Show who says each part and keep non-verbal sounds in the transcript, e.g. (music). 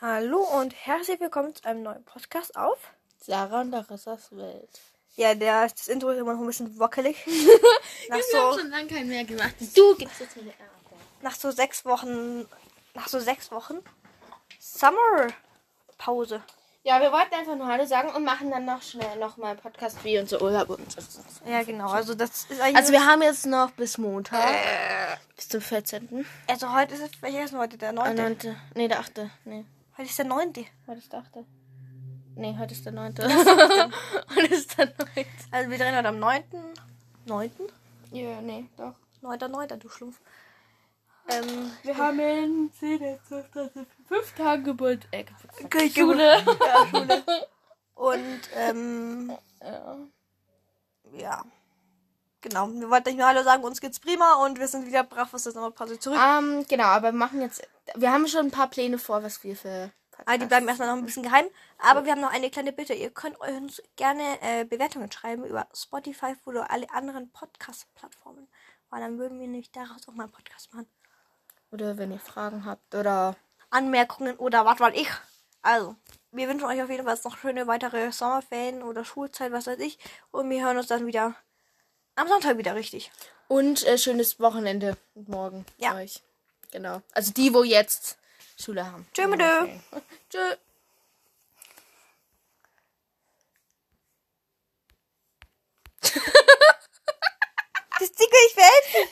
Speaker 1: Hallo und herzlich willkommen zu einem neuen Podcast auf.
Speaker 2: Sarah und Larissas Welt.
Speaker 1: Ja, der, das Intro ist immer noch ein bisschen (laughs) wackelig. nach,
Speaker 2: Wir haben
Speaker 1: so,
Speaker 2: schon lange keinen mehr gemacht. Du gibst jetzt meine Ärger.
Speaker 1: nach so sechs Wochen, nach so sechs Wochen Summer Pause.
Speaker 2: Ja, wir wollten einfach nur Hallo sagen und machen dann noch schnell nochmal einen Podcast wie unser Urlaub und so.
Speaker 1: Ja, genau. Also das ist eigentlich.
Speaker 2: Also wir haben jetzt noch bis Montag. Bis zum 14.
Speaker 1: also heute ist es, welcher ist denn heute? Der 9.
Speaker 2: Neunte. Nee, der 8. Nee,
Speaker 1: Heute ist der 9.
Speaker 2: heute ist der 8. Nee, heute ist der 9. (laughs) heute ist der 9.
Speaker 1: Also wir drehen heute am 9. 9.
Speaker 2: Ja, nee, doch.
Speaker 1: 9. 9. Du Schlumpf. (laughs) Ähm,
Speaker 2: Wir haben in 10, 12, 13, 5 Tagen äh, Geburtstag.
Speaker 1: Schule. Ja, Schule. Und ähm,
Speaker 2: Ja.
Speaker 1: ja. Genau, wir wollten nicht mehr Hallo sagen, uns geht's prima und wir sind wieder brav, was das nochmal passiert zurück.
Speaker 2: Ähm, genau, aber wir machen jetzt. Wir haben schon ein paar Pläne vor, was wir für.
Speaker 1: Ah, die bleiben erstmal noch ein bisschen geheim. Aber wir haben noch eine kleine Bitte. Ihr könnt uns gerne äh, Bewertungen schreiben über Spotify oder alle anderen Podcast-Plattformen. Weil dann würden wir nicht daraus auch mal einen Podcast machen.
Speaker 2: Oder wenn ihr Fragen habt oder.
Speaker 1: Anmerkungen oder was weiß ich. Also, wir wünschen euch auf jeden Fall noch schöne weitere Sommerferien oder Schulzeit, was weiß ich. Und wir hören uns dann wieder am Sonntag wieder richtig.
Speaker 2: Und äh, schönes Wochenende morgen.
Speaker 1: Ja.
Speaker 2: Euch. Genau. Also die, wo jetzt Schule haben.
Speaker 1: Tschömedö.
Speaker 2: Okay. Tschö.
Speaker 1: Das Dicke, ich verhelfe.